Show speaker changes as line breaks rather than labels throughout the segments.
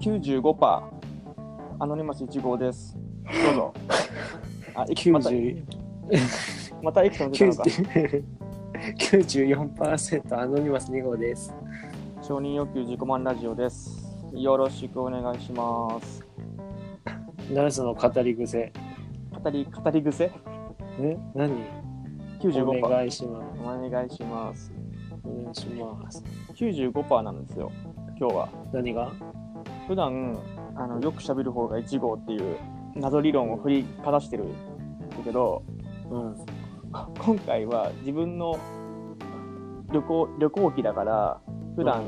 95%アノニマス1号ですどう ぞあいきまた
90
またいくつも出たの か
90 94%アノニマス2号です。
承認欲求自己満ラジオですよろしくお願いします
何その語り癖。
語り語り癖
え何
95%
お願いします。
お願いします
お願いします。
95%なんですよ今日は
何が
普段あのよく喋る方が1号っていう謎理論を振りかざしてるんだけど
うん。
今回は自分の旅行旅行記だから普段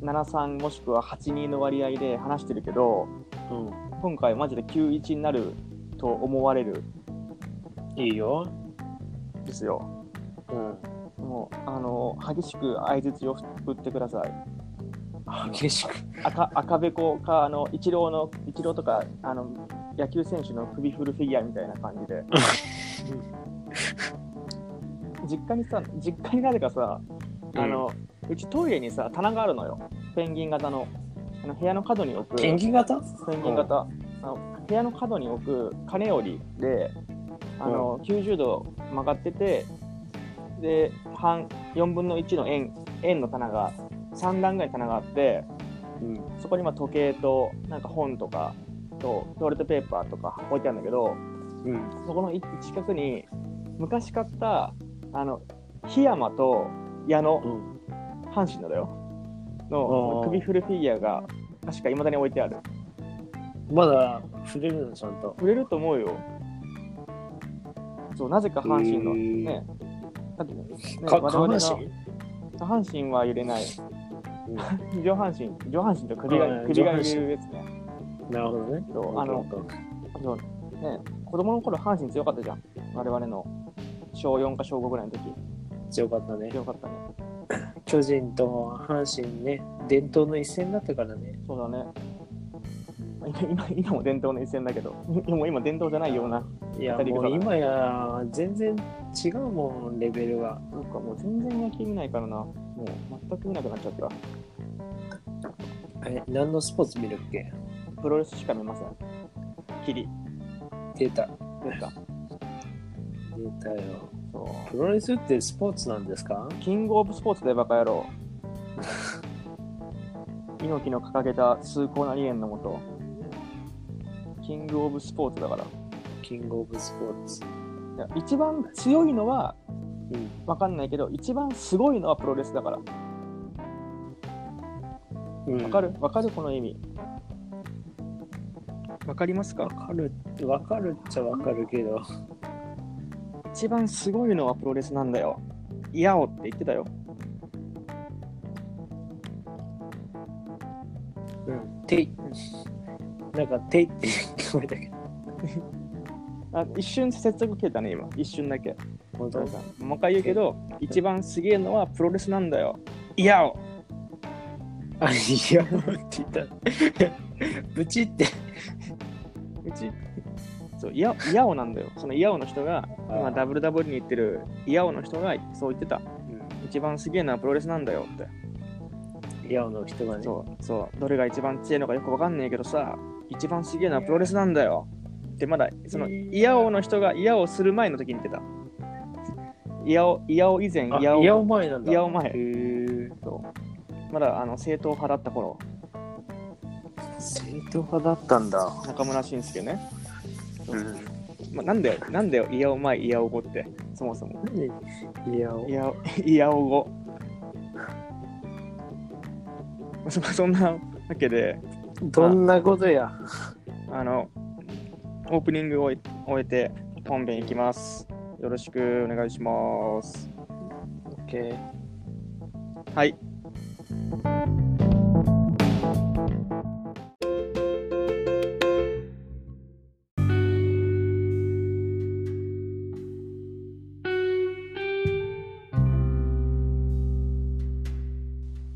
73もしくは82の割合で話してるけど
うん。う
今回マジで91になると思われる
ん。いいよ。
んですよ
うん。
もうあの激しく相づちを振ってください
激しく。
赤赤べこかあの一郎の一郎とかあの野球選手の首振るフィギュアみたいな感じで実家にさ実家になるかさあの、うちトイレにさ棚があるのよペンギン型のあの部屋の角に置く
ペンギン型
ペンギン型、あの部屋の角に置く金折りであの、90度曲がっててで半4分の1の円円の棚が3段ぐらい棚があって
うん。
そこにまあ時計となんか本とかとトイレットペーパーとか置いてあるんだけど
うん。
そこの一近くに昔買ったあの檜山と矢野
うん。
阪神のだよ
あ
の
ー
首振るフィギュアが確かいまだに置いてある
まだ触れるのちゃんと。
売れると思うよそうなぜか阪神の
へー
ねだってね
か
我
下
々
半
が
身
下半身は揺れない 上半身上半身と首
う
が
ん
首が揺
上半
れるですね
なるほどね。
そうあのそうね子供の頃阪神強かったじゃん我々の小4か小5ぐらいの時
強かったね。
強かったね
巨人と阪神ね、伝統の一戦だったからね。
そうだね今今今も伝統の一戦だけど でも今伝統じゃないようない
や、
語り草
も
だ
う
ね
今や、全然違うもん、レベルが。
なんかもう全然野球見ないからなもう全く見なくなっちゃった
え、何のスポーツ見るっけ
プロレスしか見ませんキリ
出た。
出た
出たよ。
そう
プロレスってスポーツなんですか
キングオブスポーツでバカ野 郎。猪木の掲げた崇高な理念のもと、キングオブスポーツだから。い
キングオブスポーツ。
や一番強いのは
うん。
分かんないけど、一番すごいのはプロレスだから。わ
うん、
かるわかるこの意味。わかりますか
わかる。わかるっちゃわかるけど。
一番すごいのはプロレスなんだよ。いやおって言ってたよ。
うん。てい。なんか、ていって聞こえたけど。
あ一瞬接続切れたね、今。一瞬だけ。
本当
なんかもう一回言うけど、一番すげえのはプロレスなんだよ。いやお
あ、いや、って言った。ブチって。
うち、そう、イヤイヤオなんだよ。そのイヤオの人が、今
あー
WW に行ってるイヤオの人がそう言ってた。一番すげえのはプロレスなんだよって。
うん。リアオの人がね。
そう、そう、どれが一番強いのかよくわかんねえけどさ、一番すげえのはプロレスなんだよって、まだ、そのイヤオの人がイヤオする前の時に言ってた。イヤオ、イヤオ以前、
あ
イヤオ、
イ
イ
ヤオ前なんだ。
ヤ
へ
オ前。
ー。
そうまだあの正統派だった頃、
正統派だったんだ。
中村俊輔ね。
うん。
まなんだよ、なんだよ、イヤオ前、イヤオ後って、そもそも。
何リアオ
い。や、いやおご。 そそんなわけで、
どんなことや。
あの、オープニングを終え終えて、本編行きます。よろしくお願いします。
オッケー。
はい。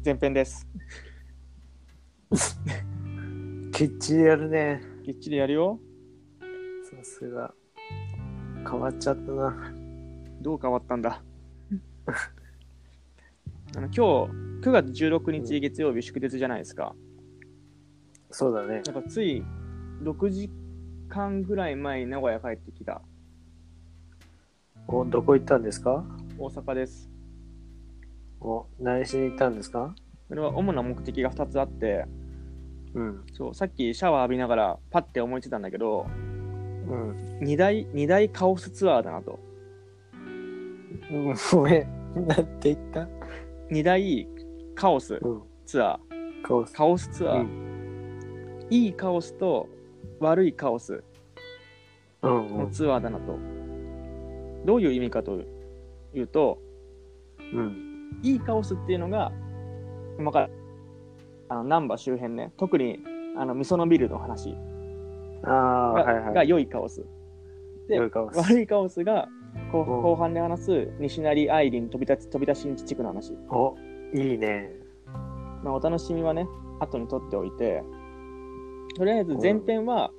前編です。
きっちりやるね。
きっちりやるよ。
さすが。変わっちゃったな。
どう変わったんだ あの今日9月16日月曜日祝日じゃないですか。
そうだね。
なんかつい6時間ぐらい前に名古屋帰ってきた
お、どこ行ったんですか
大阪です。
お、何しに行ったんですか
それは主な目的が2つあって、
うん。
そうさっきシャワー浴びながらパッて思いついたんだけど、
うん。
2大二大カオスツアーだなと。
うんごめん。なんて言った
2大カオス
うん。
ツア
顔
ー。カオスツアー。
うん
いいカオスと悪いカオス
うんう
の
ん。
ツアーだなと。どういう意味かというと、
うん。
いいカオスっていうのが、今から、あの、難波周辺ね、特に、あの、みそのビルの話
あ
が,、
あ、はい
が
はい。
良いカオス。で
良い顔です
悪いカオスが、後
うん
後半で話す、西成愛林飛び立ち、飛び出し新地地区の話。
お、いいね。
まあ、お楽しみはね、後に取っておいて、とりあえず前編は、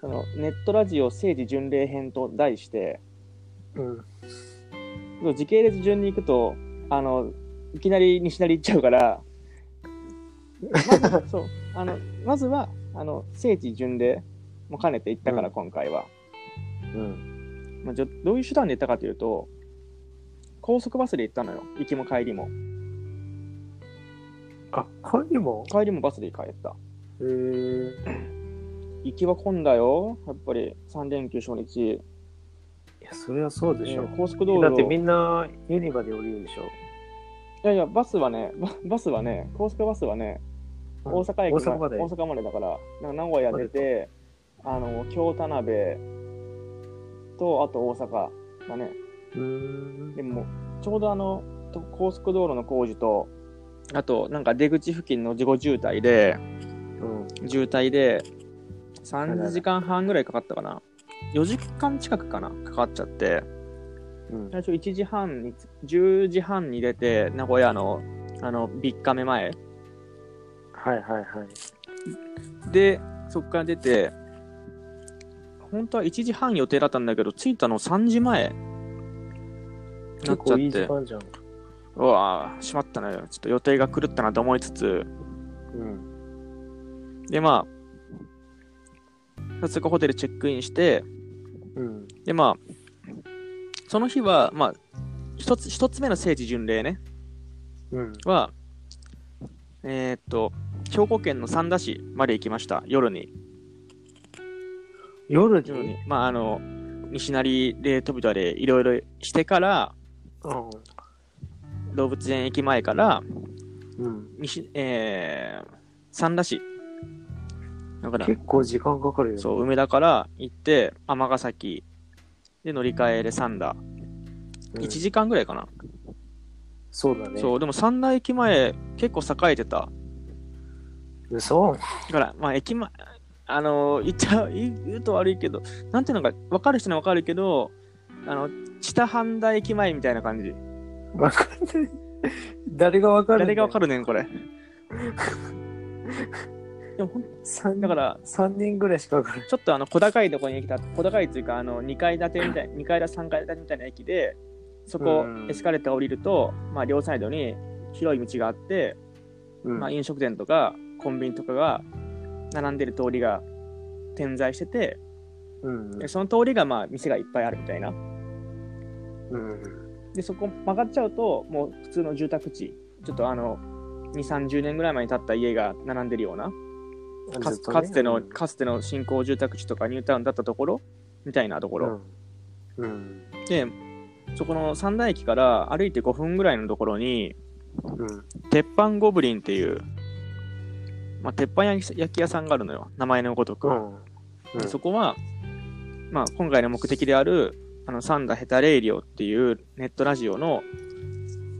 そのネットラジオ政治巡礼編と題して、
うん。
時系列順に行くと、あの、いきなり西成行っちゃうから、ま ずそうあのまずはあの聖地巡礼も兼ねて行ったから、
うん
今回は、
うん。
まあ、じゃどういう手段で行ったかというと高速バスで行ったのよ行きも帰りも
あ、他にも
帰りもバスで帰った
えー、
行きは混んだよやっぱり3連休初日、
いや、それはそうでしょ。
えー高速道路
だってみんなユニバで降りるでしょ。
いやいや、バスはね、ババスはね、高速バスはね、
うん
大阪駅
大阪まで
大阪までだから、なんか名古屋出て、あの、京田辺と、あと大阪だね。
うーん。
でも、ちょうどあの、と高速道路の工事と、あと、なんか出口付近の事故渋滞で、
うん。
渋滞で、
らら
3時間半ぐらいかかったかな。4時間近くかな、かかっちゃって。
うん。
最初1時半に、10時半に出て、名古屋の、あの、3日目前。
はいはいはい。
で、そっから出て、本当は1時半予定だったんだけど、着いたの3時前な
結
っちゃ
構いい
っ
時
て、
間じゃん。
うわぁ、しまったなよ。ちょっと予定が狂ったなと思いつつ、
うん。
で、まあ、早速ホテルチェックインして、
うん。
で、まあ、その日は、まあ、一つ、一つ目の聖地巡礼ね、
うん。
は、えーっと、兵庫県の三田市まで行きました、夜に。
夜に
ように、まああの、西成で飛びたでいろいろしてから、
うん。
動物園駅前から、
うん。
西、えー、三田市。だから、
結構時間かかるよ。
そう、梅田から行って、尼崎で乗り換えで三田。
うん。
1時間ぐらいかな。
そうだね。
そう、でも三田駅前、結構栄えてた。
嘘
だから、まあ駅前、あの、言っちゃう、言う言うと悪いけど、なんていうのか、分かる人には分かるけど、あの、知多半田駅前みたいな感じ。
わかんない。誰がわかる
誰が分か
る
るねん、こ れ。でもほんだか
だから。
ら、
3人ぐらいしかわかる。
ちょっとあの小高いところに来た、小高いというか、あの2階建てみたい、2階 だ3階建てみたいな駅で、そこ
うん
エスカレーター降りると、まあ、両サイドに広い道があって、
うん
まあ、飲食店とかコンビニとかが並んでる通りが点在してて、
うん
でその通りがまあ店がいっぱいあるみたいな。
うん。
で、そこ曲がっちゃうと、もう普通の住宅地、ちょっとあの、2、30年ぐらい前に建った家が並んでるような。か
ずっとね
かつての、
うん
かつての新興住宅地とかニュータウンだったところみたいなところ、
うん。うん。
でそこの三田駅から歩いて5分ぐらいのところに
うん。
鉄板ゴブリンっていう、まあ、鉄板焼き焼き屋さんがあるのよ名前のごとく、
う
で
ん。
そこは、まあ、今回の目的であるあの三田ヘタレイリオっていうネットラジオの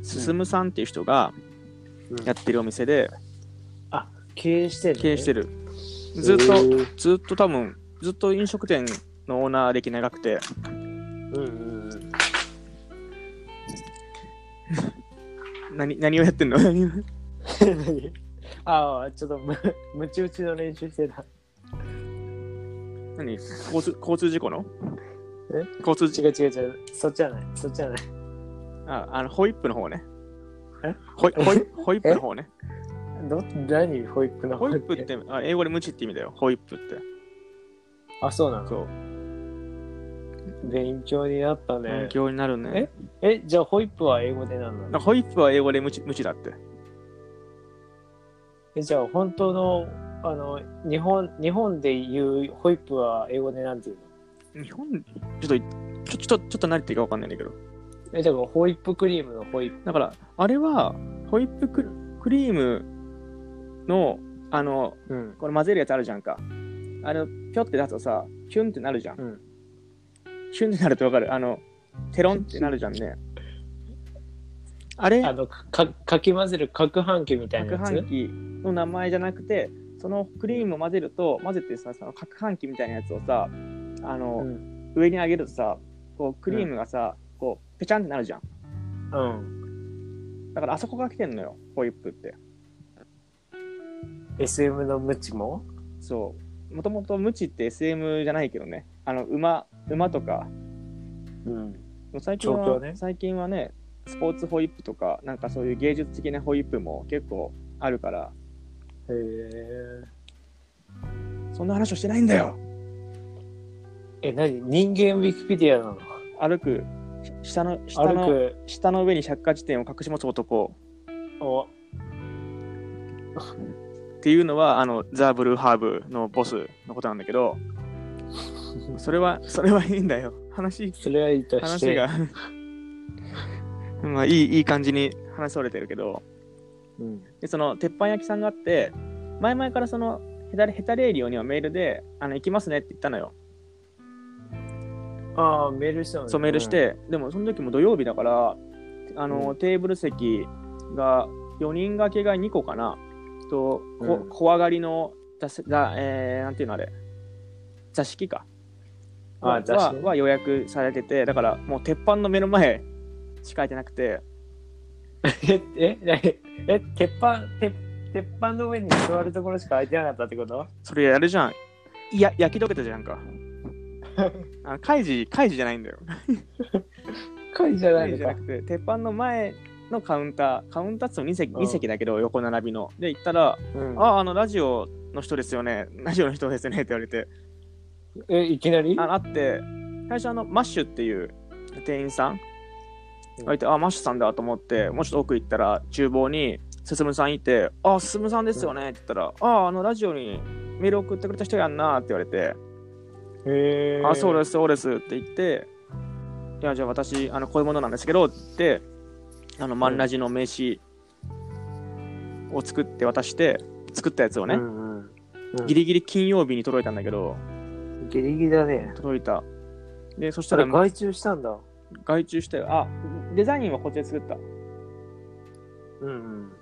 進さんっていう人が
うん
やってるお店で
経営してる、
経営して
る。
る、ずっと
へー
ずっと多分ずっと飲食店のオーナー歴長くて
うんうんうん。
何何をやってんの何を
何ああ、ちょっとむ、むち打ちの練習してた。
何交通交通事故の
え
交通事
違う違う違う。そっちじゃない。そっちじゃない。
ああのホイップの方ね
え
ホイホイホイップの方ね
ど何ホイップの
ホイップってあ英語でムチって意味だよホイップって
あそうなの
そう
勉強になったね
勉強になるね
えじゃあホイップは英語で何な
なんか
の
ホイップは英語でムチムチだって
えじゃあ本当のあの日本日本で言うホイップは英語で何て言う
日本ちょっとちょちょっとちょっと何言っていいか分かんないんだけど
のえだからホイップクリームのホイップ
だからあれはホイップクルクリームのあの
うん
これ混ぜるやつあるじゃんかあれをピョって出すとさヒュンってなるじゃん
うん
ヒュンってなるとわかるあのテロンってなるじゃん ねあれ
あのかかかき混ぜる攪拌機みたいな
攪
やつ
拌機の名前じゃなくてそのクリームを混ぜると混ぜてさその攪拌機みたいなやつをさあ
う
の、
ん、
上に上げるとさこうクリームがさ、こうペチャンってなるじゃん
うん、
だからあそこが来てんのよホイップって
SM のムチも
そうもともとムチって SM じゃないけどねあの馬馬とか
うん
もう最近
調
は、
教ね
最近はねスポーツホイップとかなんかそういう芸術的なホイップも結構あるから
へえ
そんな話をしてないんだよ
え何人間ウィキペディアなの
歩くし下の下
歩
の
く
下の上に百科事典を隠し持つ男
お
っていうのはあのザ・ブルーハーブのボスのことなんだけどそれはそれはいいんだよ話
それはいいとし
話
て
がまあいいいい感じに話それてるけど
うん
でその鉄板焼きさんがあって前々からそのヘタレヘタレーリオにはメールで「あの行きますね」って言ったのよ
ああメールしたのね
そうメールして、でもその時も土曜日だからあの、
う
テーブル席が4人掛けが2個かなとこ、
うん
小上がりの座席座えーなんていうのあれ座敷か
ああ
は
出し
は
て
は予約されててだからもう鉄板の目の前しか空いてなくて
え、え、なに え、鉄板、鉄鉄板の上に座るところしか空いてなかったってこと
それやるじゃんいや焼きどけたじゃん かあ開示開示じゃないんだよ
会じゃない
じゃなくて鉄板の前のカウンターカウンターっつっても2席
うん
,2 席だけど横並びので行ったら「
うん、
ああのラジオの人ですよね ラジオの人ですよね」って言われて
え、いきなり
ああって最初あのマッシュっていう店員さん
うん
がいて「あマッシュさんだ」と思ってもうちょっと奥行ったら厨房に進さんいて「あ進さんですよね」って言ったら「あああのラジオにメール送ってくれた人やんな」って言われて
へ。
あ、そうですす、そうですって言って、いや、じゃあ私、あの、こういうものなんですけど、って言って、あの、マンラジの名刺を作って渡して、作ったやつをね、
うんうんうん
ギリギリ金曜日に届いたんだけど、
ギリギリだね。
届いた。で、そし
そ
た
れ
ら
外注したんだ。
外注して、あ、デザインはこっちで作った。
うん うん。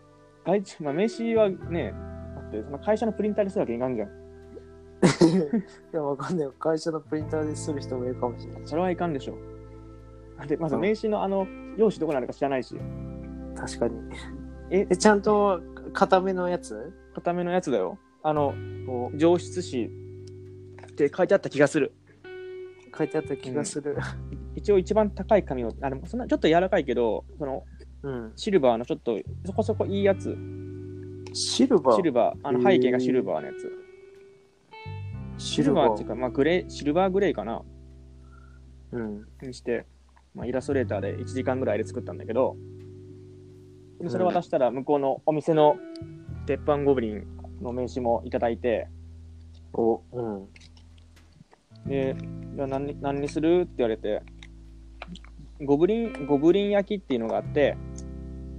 外注、まあ、名刺はね、だってその会社のプリンターにするわけにいかんじゃん。
いや、わかんないよ。会社のプリンターでする人もいるかもしれない。
それはいかんでしょ。で、まず
うん
名刺のあの、用紙どこにあるか知らないし、
確かに。
え
え、ちゃんと固めのやつ
固めのやつだよ。あの、
を
上質紙って書いてあった気がする。
書いてあった気がする。
一応一番高い紙をあでもそんなちょっと柔らかいけどその
うん。
シルバーのちょっとそこそこいいやつ
シルバー
シルバーあの
へー
背景がシルバーのやつシルバーっていうか、まあ、グレーシルバーグレーかな
うん。
にして、まあ、イラストレーターで1時間ぐらいで作ったんだけどでそれ渡したら向こうのお店の鉄板ゴブリンの名刺もいただいて
お、うん。
でじゃあ何に何にするって言われてゴブリンゴブリン焼きっていうのがあって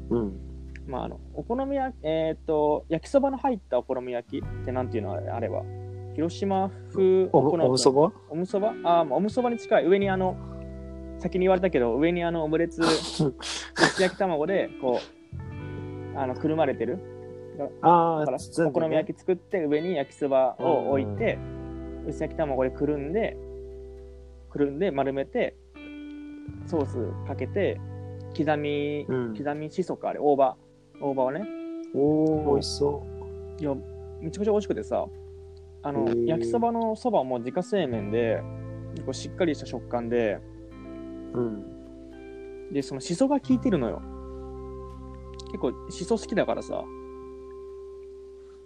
うん。
まあ、あのお好み焼き、えーっと、焼きそばの入ったお好み焼きってなんていうのあれあれは広島風
お、
好み
おむそば
おむそばあーまあおむそばに近い。上にあの、先に言われたけど、上にあのオム レツ、薄焼き卵で、こう、あの、くるまれてる。
あ
だから、
あ、包
お
んで
好み
ね
焼き作って、上に焼きそばを置いて、薄焼き卵でくるんで、くるんで丸めて、ソースかけて、刻み、
うん
刻みしそか、あれ、大葉、大葉をね、
おお、美味しそう。
いや、めちゃくちゃ美味しくてさ、あの
へー
焼きそばのそばも自家製麺で、結構しっかりした食感で、
うん。
で、そのしそが効いてるのよ。結構、しそ好きだからさ、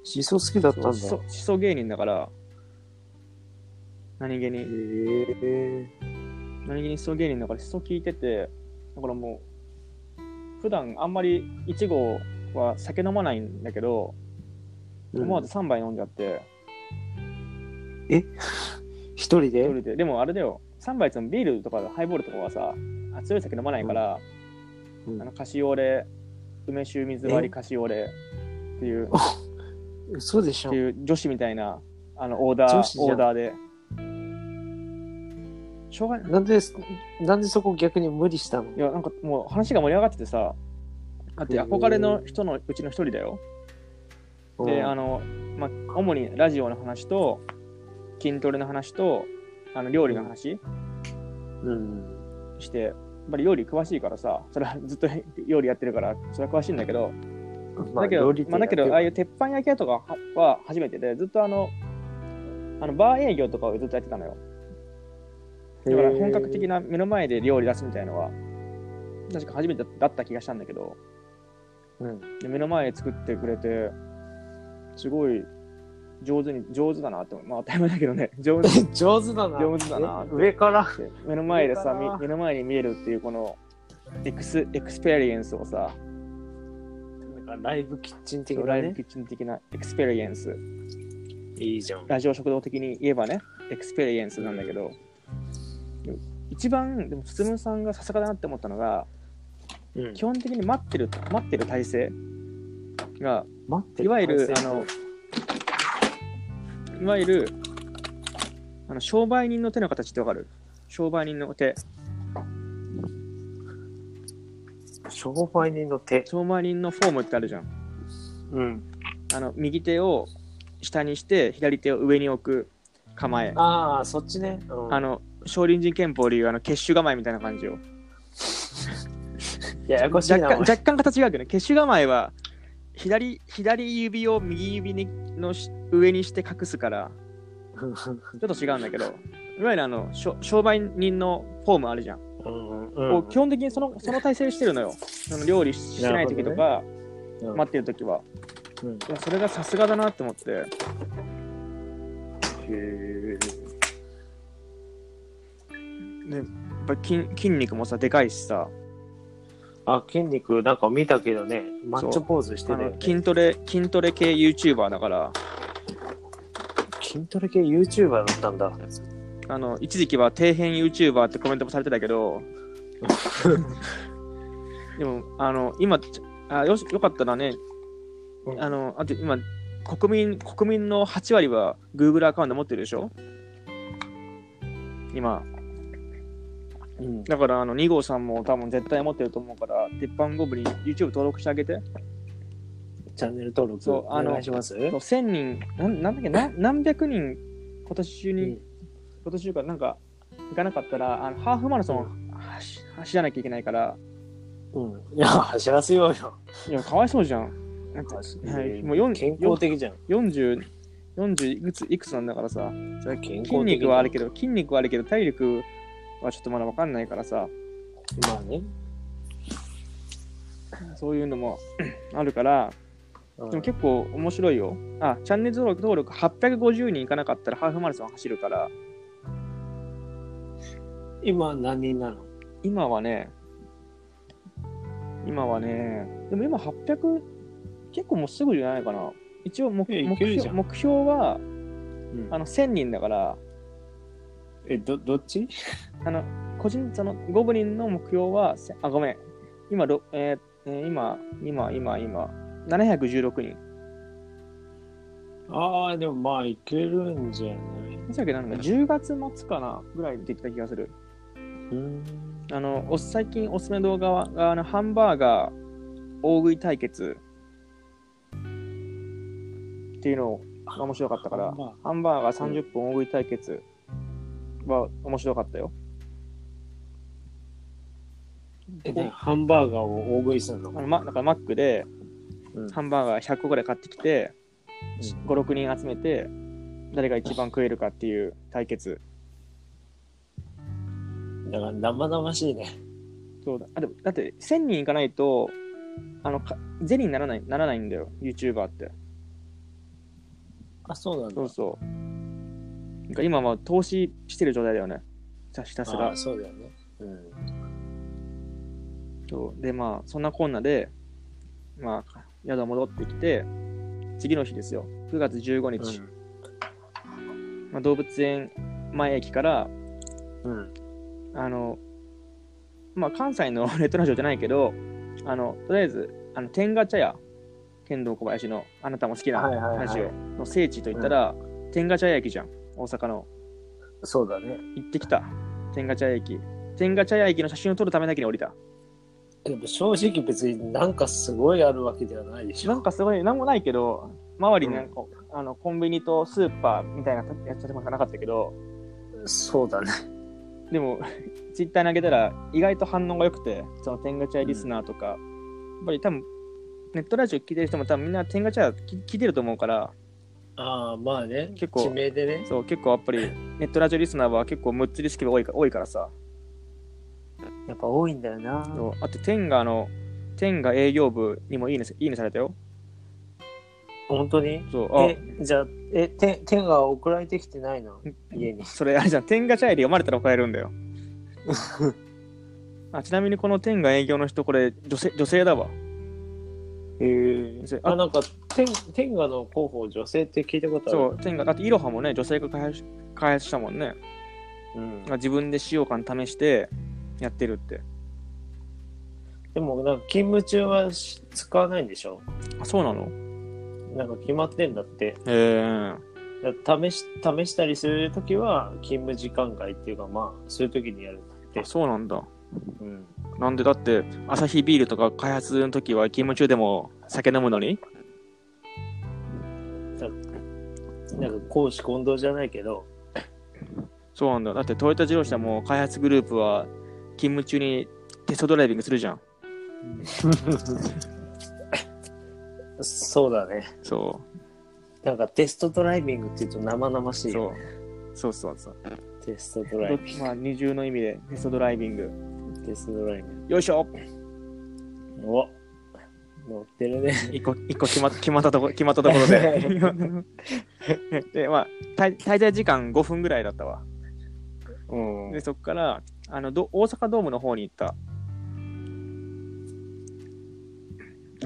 シソ好きだったんだ。
しそしそ芸人だから、何気に、
え
何気にしそ芸人だから、しそ聞いてて、だからもう、普段あんまりいちごは酒飲まないんだけど、思わず3杯飲んじゃって、
一人
一
で
人で、でもあれだよ、3杯ってビールとかハイボールとかはさ、あ強い酒飲まないから、
うん
あのカシオレ、梅酒水割りカシオレっていう、っ
嘘でしょ
ていう女子みたいなあのオーダ
女
ー、
子じゃん
オーダーで。しょうがない。
なんで、なんでそこ逆に無理したの
いや、なんかもう話が盛り上がっててさ、だって憧れの人のうちの一人だよ。で、あ
の、
の、まあ、主にラジオの話と、筋トレの話と、あの料理の話、
うん。
して、やっぱり料理詳しいからさ、それはずっと 料理やってるから、それは詳しいんだけど、
まあ
だけ
料
ど
理、店
まあ、だけど、ああ
やって
いう鉄板焼き屋とかはは初めてで、ずっとあの、あのバー営業とかをずっとやってたのよ。だ
る
から
へー
本格的な目の前で料理出すみたいのは、確か初めてだった気がしたんだけど、
うん。
で目の前で作ってくれて、すごい上手に、上手だなって思う、まあ当たり前だけどね、 上手
上手だな。
上手だな
え上から。
で目の前で
いいか
さ
な
み目の前に見えるっていうこのエクスエクスペリエンスをさ
ライブキッチン的
ド
な
ライブ
ね。
キッチン的なエクスペリエンス
いいじゃん。
ラジオ食堂的に言えばねエクスペリエンスなんだけど、一番でも進さんがさすがだなって思ったのが
うん
基本的に待ってる待ってる体勢が
待って
いわゆる
完成
あのいわゆるあの商売人の手の形ってわかる商売人の手
商売人の手。
商売人のフォームってあるじゃん
うん。
あの右手を下にして左手を上に置く構えあ
ああ、そっちね。うん
の少林寺拳法でいうあの結種構えみたいな感じを
ややこしい
若
な。
干
おい
若干形が違うけどね結種構えは左左指を右指にのし上にして隠すからちょっと違うんだけどいわゆるあのしょ商売人のフォームあるじゃん、
うんうん
こう基本的にそのその体勢してるのよその料理ししてない時とか、
うん
待ってる時は
うん
いやそれがさすがだなって思って
へ
やっぱり筋筋肉もさでかいしさ
ーあ、筋肉なんか見たけどね、マッチョポーズして
あの
ね。
筋トレ筋トレ系 YouTuber だから
筋トレ系 YouTuber だったんだ。
あの一時期は底辺 YouTuber ってコメントもされてたけ どでもあの今あよしよかったらね
うん
あのあと今国民国民の8割は Google アカウント持ってるでしょ今
うん。
だからあの2号さんも多分絶対持ってると思うから鉄板ゴブリン YouTube 登録してあげて
チャンネル登録
そう
お
あの
願いしま
そ
す
う1000人なんなんだっけな何百人今年中に、
うん
今年中からなんか行かなかったらあのハーフマラソンを走走らなきゃいけないから
うん。いや、走らせようよ。
いやかわいそうじゃんなんかはいもうよん
健康的じゃん。
40 40いくついくつなんだからさ
それ健康的
筋肉はあるけ
ど。
ど筋肉はあるけど体力はちょっとまだわかんないからさ
まあね。
そういうのも あるから
うん
でも結構面白いよあチャンネル登録登録850人いかなかったらハーフマラソン走るから
今何人なの
今はね、今はね、でも今800、結構もうすぐじゃないかな。一応目
え
目
いけるじ
標
ゃん
目標はあ
あの
の1000人だから、
え、ど、どっち
あの個人、そのゴブリンの目標は、せあ、ごめん、今、ろえーえー今、今、今、今、716人。
ああ、でもまあ、いけるんじゃない
いつだっけなんか10月末かなぐらいにできた気がする。
うん。
あの、お最近おすすめ動画は、あのハンバーガー大食い対決っていうのが面白かったから
ハンバーガ、
ハンバーガー30分大食い対決は面白かったよ。
え、ね、ハンバーガーを大食いするの
あのま、だからマックで
うん
ハンバーガー100個ぐらい買ってきて、5、6人集めて、誰が一番食えるかっていう対決。
だから生々しいね。
そうだあでもだって1000人いかないと、あのかゼリーにならないならないんだよ、YouTuber って。
あ、そうなんだ
そう。そう。なんか今は投資してる状態だよね。じゃあひたす
あ
ら
ー。そうだよね。うん。
そうで、まあ、そんなこんなで、まあ、宿戻ってきて、次の日ですよ。9月15日、まあ、動物園前駅から、
うん。
あの、まあ、関西の ネットラジオじゃないけど、あの、とりあえず、あの、天下茶屋、剣道小林の、あなたも好きな
はいはいは
ラ
い
ジオの聖地といったら、天下茶屋駅じゃん、大阪の。
そうだね。
行ってきた、天下茶屋駅。天下茶屋駅の写真を撮るためだけに降りた。
でも正直別になんかすごいあるわけではないでしょ。
なんかすごい、なんもないけど、周りになんか、あのコンビニとスーパーみたいなやつしかなかったけど、
そうだね。
でも、ツイッターに上げたら、意外と反応が良くて、その天下茶屋リスナーとか、やっぱり多分、ネットラジオ聞いてる人も多分みんな天下茶屋聞聞いてると思うから、
ああ、まあね。
結構
地名でね。
そう、結構やっぱり、ネットラジオリスナーは結構むっつり好きが多いか多いからさ、
やっぱ多いんだよな。
そうあと天下の、天下営業部にもいいね、いいねされたよ。
本当に
そう、あ
え、じゃあ、え、て天が送られてきてないの家に。
それあれじゃん、天下茶屋で読まれたら怒られるん だよ。あちなみにこの天下営業の人、これ女性女性だわ。
へえ
それ
あ、
あ
なんか、天天下の広報女性って聞いたことある。
そう、天下、だってイロハもね、女性が開発し開発したもんね。
うん。
自分で使用感試してやってるって。
でも、なんか勤務中はし使わないんでしょ
あ、そうなの
なんか決まってんだって。
へ
だから試し試したりするときは、勤務時間外っていうか、まあ、そういうときにやるんだ
え。
っ
あ、
て。
そうなんだ。
うん。
なんでだって、アサヒビールとか開発の時は勤務中でも酒飲むのに
なんか、公私混同じゃないけ ど、
そうなんだ。だってトヨタ自動車も開発グループは勤務中にテストドライビングするじゃん。
そうだね。
そう。
なんか、テストドライビングって言うと生々しい
そ
よ
う。そうそうそう。
テストドライビ
まあ、二重の意味でテストドライビング。
ング。テストドライビン
よいしょ
グ。お乗ってるね。
一個、一個決 ま決まったとこ、決まったところ で。で、まあ、滞滞在時間5分ぐらいだったわ。
うん
で、そこから、あの、ど大阪ドームの方に行った。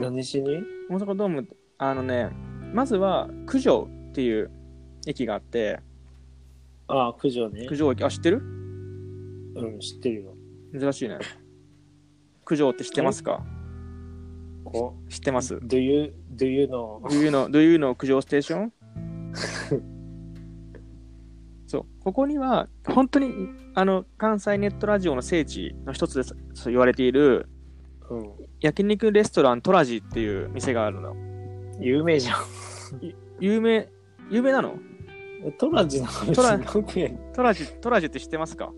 何しに
大阪ドーム、あのね、まずは、九条っていう駅があって、
ああ、九条ね
九。条駅、あ、知ってる
うん、知ってるよ。
珍しいね。九条って知ってますか
こ
知ってます
う、do you, do you know?
Do you know, do you know 九条ステーションそう、ここには、本当に、あの、関西ネットラジオの聖地の一つですと言われている、
うん。
焼肉レストラントラジっていう店があるの。
有名じゃん。
有名、有名なの
トラジの話
トラ
すごくや
トラジ、トラジって知ってますか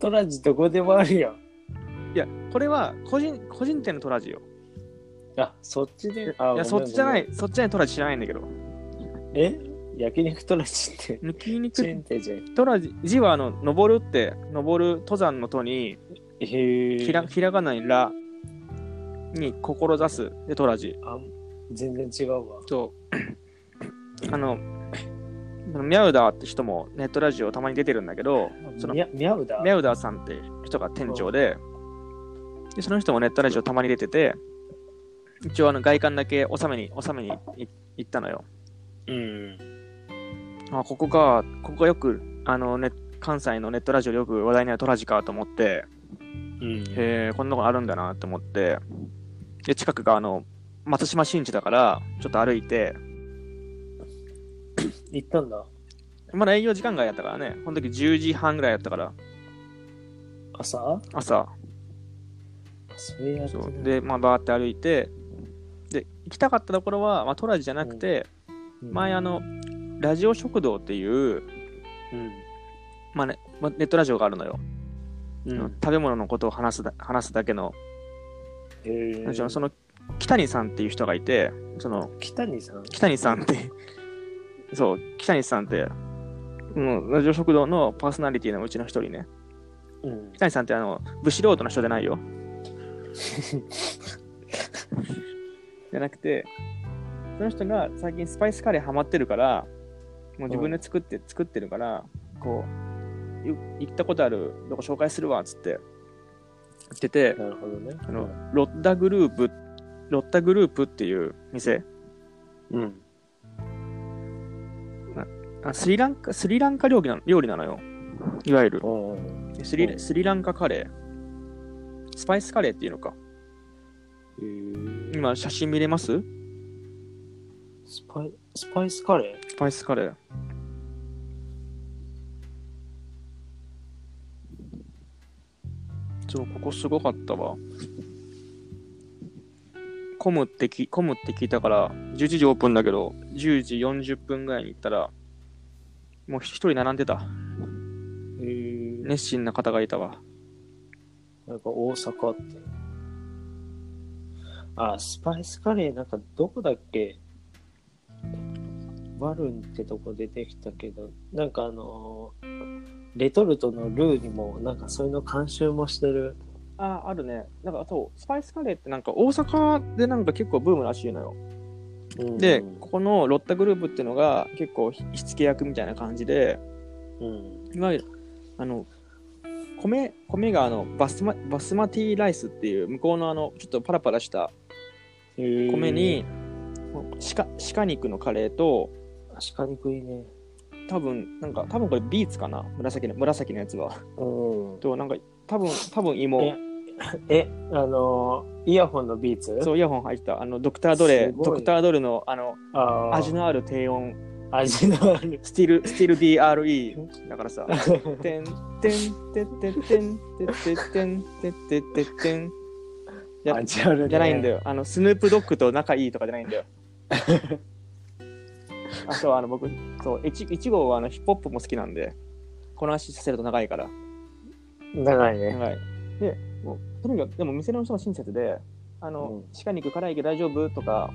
トラジどこでもある よ。
いや、これは個人、個人店のトラジよ。
あ、そっちで。あ
いや、そっちじゃな。い、そっちじゃないトラジ知らないんだけど。
ごめんごめんえ焼肉トラジ って。
抜き
チェー
肉
ン店じゃん。
トラジ、字はあの、登るって、登る登山のとに、
へえ。
ひらひらがなにらに志すでトラジ
あ全然違うわ。
とあのミャウダーって人もネットラジオたまに出てるんだけどそのミ
ミャミャウだ。
ャウダーさんって人が店長ででその人もネットラジオたまに出てて一応あの外観だけ納めに納めにい行ったのよ
うん。
あここかここがよくあのね関西のネットラジオでよく話題になるトラジかと思って
うん。
へえ、こんなのあるんだなと思って、で、近くがあの、松島新地だから、ちょっと歩いて、
行ったんだ。
まだ営業時間外やったからね、この時10時半ぐらいやったから、
朝
朝。
それやって
そ
ないう
で、まあ、バーって歩いて、で、行きたかったところは、まあ、トラジじゃなくて、
うん
前あの、ラジオ食堂っていう、
うん。
まあね、まあネットラジオがあるのよ。
うん。
食べ物のことを話すだ話すだけの、
へえ。
その、北谷さんっていう人がいて、その、
北にさん。
北西さんって、そう、北西さんって、うん、ラジオ食堂のパーソナリティのうちの一人ね。
うん。
北西さんって、あの、武士ロードの人じゃないよ。じゃなくて、その人が最近スパイスカレーハマってるから、もう自分で作って、作ってるから、こう、い行ったことある、どこ紹介するわ、つって、言ってて、
なるほどね。
あの、ロッタグループ、ロッタグループっていう店、
うん。
あスリランカ、スリランカ料理なの料理なのよ。いわゆる。
おうおう
ス
う
リ
ん
スリランカカレー。スパイスカレーっていうのか。
へー
今、写真見れます
スパイ、スパイスカレ
スパイスカレー。そう、ここすごかったわ。混むってき、混むって聞いたから、11時オープンだけど、10時40分ぐらいに行ったら、もう一人並んでた。
ーへー
熱心な方がいたわ。
なんか大阪って。あ、スパイスカレーなんかどこだっけバルンってとこ出てきたけど、なんかあのーレトルトのルーにも、なんかそういうの監修もしてる。
あ、あるね。なんかそう、スパイスカレーってなんか大阪でなんか結構ブームらしいのよ。
うん
で、ここのロッタグループっていうのが結構火火付け役みたいな感じで、
うん。
いわゆるあの米米があのバスマバスマティライスっていう向こうのあのちょっとパラパラした米
米、
に鹿鹿肉のカレーと
鹿肉いいね。
多分なんか多分これビーツかな紫の紫のやつは
うん。
となんか多分多分芋
ええ、あのーイヤホンのビーツ
そうイヤホン入ったあのドクタードレ
すごい
ドクタードレのあの
あー
味のある低音
味のある。
スティルスティル DRE だからさてんてんてんてんてんてんてんてんてんてんてんてんや
味ある、ね。
じゃないんだ。よ。あの、スヌープドッグと仲いいとかじゃないんだよ。あ、そう、あの、僕、そう、いちいちごはあのヒップホップも好きなんで、この足させると長いから。
長いね。
長い。で、もう、とにかく、でも店の人も親切で、あの、鹿肉辛いけど大丈夫とか、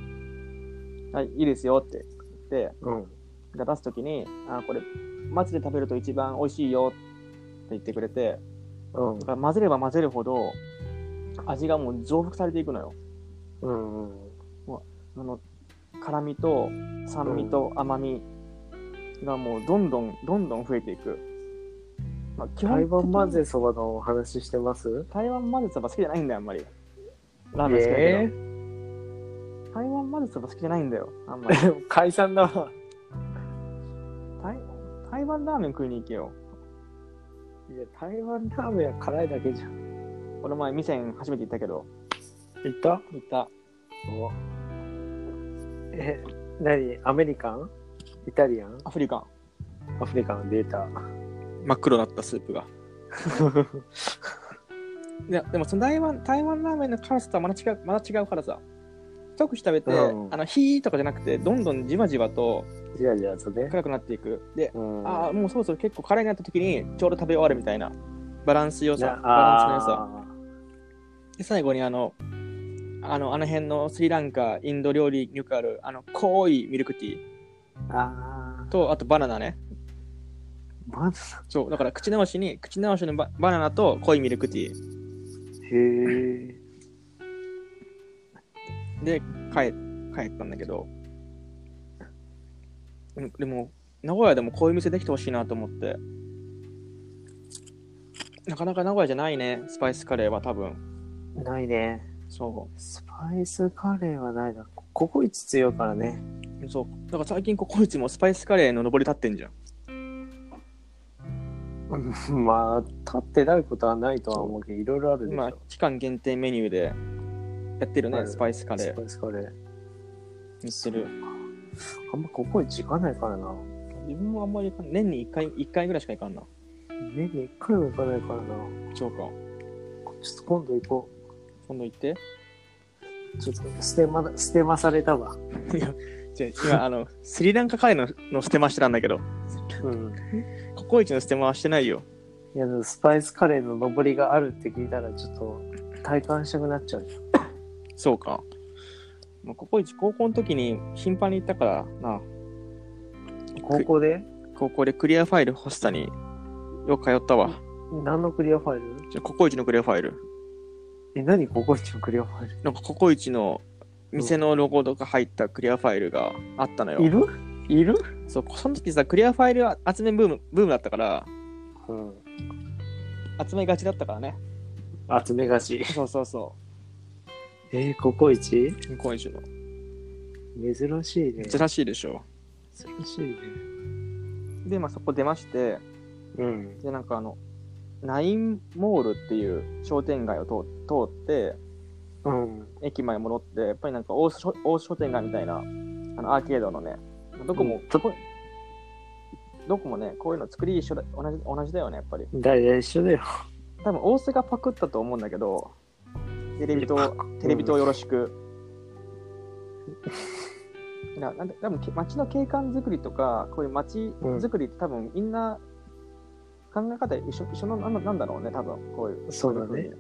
はい、いいですよって言って、
うん。
が出すときに、あ、これ、松で食べると一番美味しいよって言ってくれて、
うん
だ。から混ぜれば混ぜるほど、味がもう増幅されていくのよ。
うんうん。
あの辛みと酸味と甘みがもうどんどんどんどん増えていく、まあ、基
台湾混
的に
ぜそばのお話ししてます
台湾混ぜそば好きじゃないんだよあんまりラーメン好きだけど、台湾混ぜそば好きじゃないんだよあん まり
えー解散だわ。
台台湾ラーメン食いに行けよ
いや、台湾ラーメンは辛いだけじゃん。
この前店初めて行ったけど
行った
行った
え、何アメリカンイタリアン
アフリカン
アフリカンデータ。
真っ黒だったスープ がいやでもその台湾台湾ラーメンの辛さとはまだ違うまだ違うからさ一口食べて、
うん
あの火とかじゃなくてどんどんじわじわと
じわじわとね。
辛くなっていくで、
うん
ああもうそろそろ結構辛いなって時にちょうど食べ終わるみたいなバランス良
な
さバランスの良さ
あ
で最後にあのあのあの辺のスリランカインド料理によくあるあの濃いミルクティー
ーあ
とあとバナナね
ー。まず、
そうだから口直しに口直しのババナナと濃いミルクティー
へえ。
で帰帰ったんだけどうんでも名古屋でもこういう店できてほしいなと思ってなかなか名古屋じゃないねスパイスカレーは多分
ないね。
そう
スパイスカレーはないな。こココイチ強いからね。
そう。だから最近ココイチもスパイスカレーの上り立ってんじゃん。
うんまあ、立ってないことはないとは思うけど、いろいろあるでしょ。
今、期間限定メニューでやってる
は
ね、
い
スパイスカレ
ス
ー。
パイスカレー。
やってる。
あんまここに行かないからな。
自分もあんまり行かん年に1回、一回ぐらいしか行かんな。
年に一回も行かないからな。
そうか。
ちょっと今度行こ
今度行って。
う。ちょっと捨てま、捨てまされたわ。
じゃあ今、あの、スリランカカレーのの捨てましてたんだけど、
うん。
ココイチの捨てまはしてないよ。
いや、でもスパイスカレーの上りがあるって聞いたら、ちょっと体感したくなっちゃう。
そうか。まあココイチ、高校の時に頻繁に行ったからな、
高校で
高校でクリアファイル欲しさによく通ったわ。
何のクリアファイル
じゃあココイチのクリアファイル。
え、何高校一のクリアファイル
なんかココイチの店のロゴとか入ったクリアファイルがあったのよ。
いるいる
そうその時さクリアファイル集めブームブームだったから
うん。
集めがちだったからね
集めがち。
そうそうそ
えー、ココイチ
う今週の
珍しいね。
珍しいでしょ
珍しいね。
でまあそこ出まして
うん。
でなんかあのナインモールっていう商店街を通通って
うん。
駅前戻ってやっぱりなんか大商大商店街みたいなあのアーケードのねどこも、
うん
こどこもねこういうの作り一緒だ同じ同じだよねやっぱり
だいたい一緒だよ。
多分大瀬がパクったと思うんだけどテレビ
いや
とテレビとよろしく、 ななんで多分け街の景観づくりとかこういう街づくりって多分みんな考え方一緒一緒のなんだなんだろうね多分こういう
そうだね。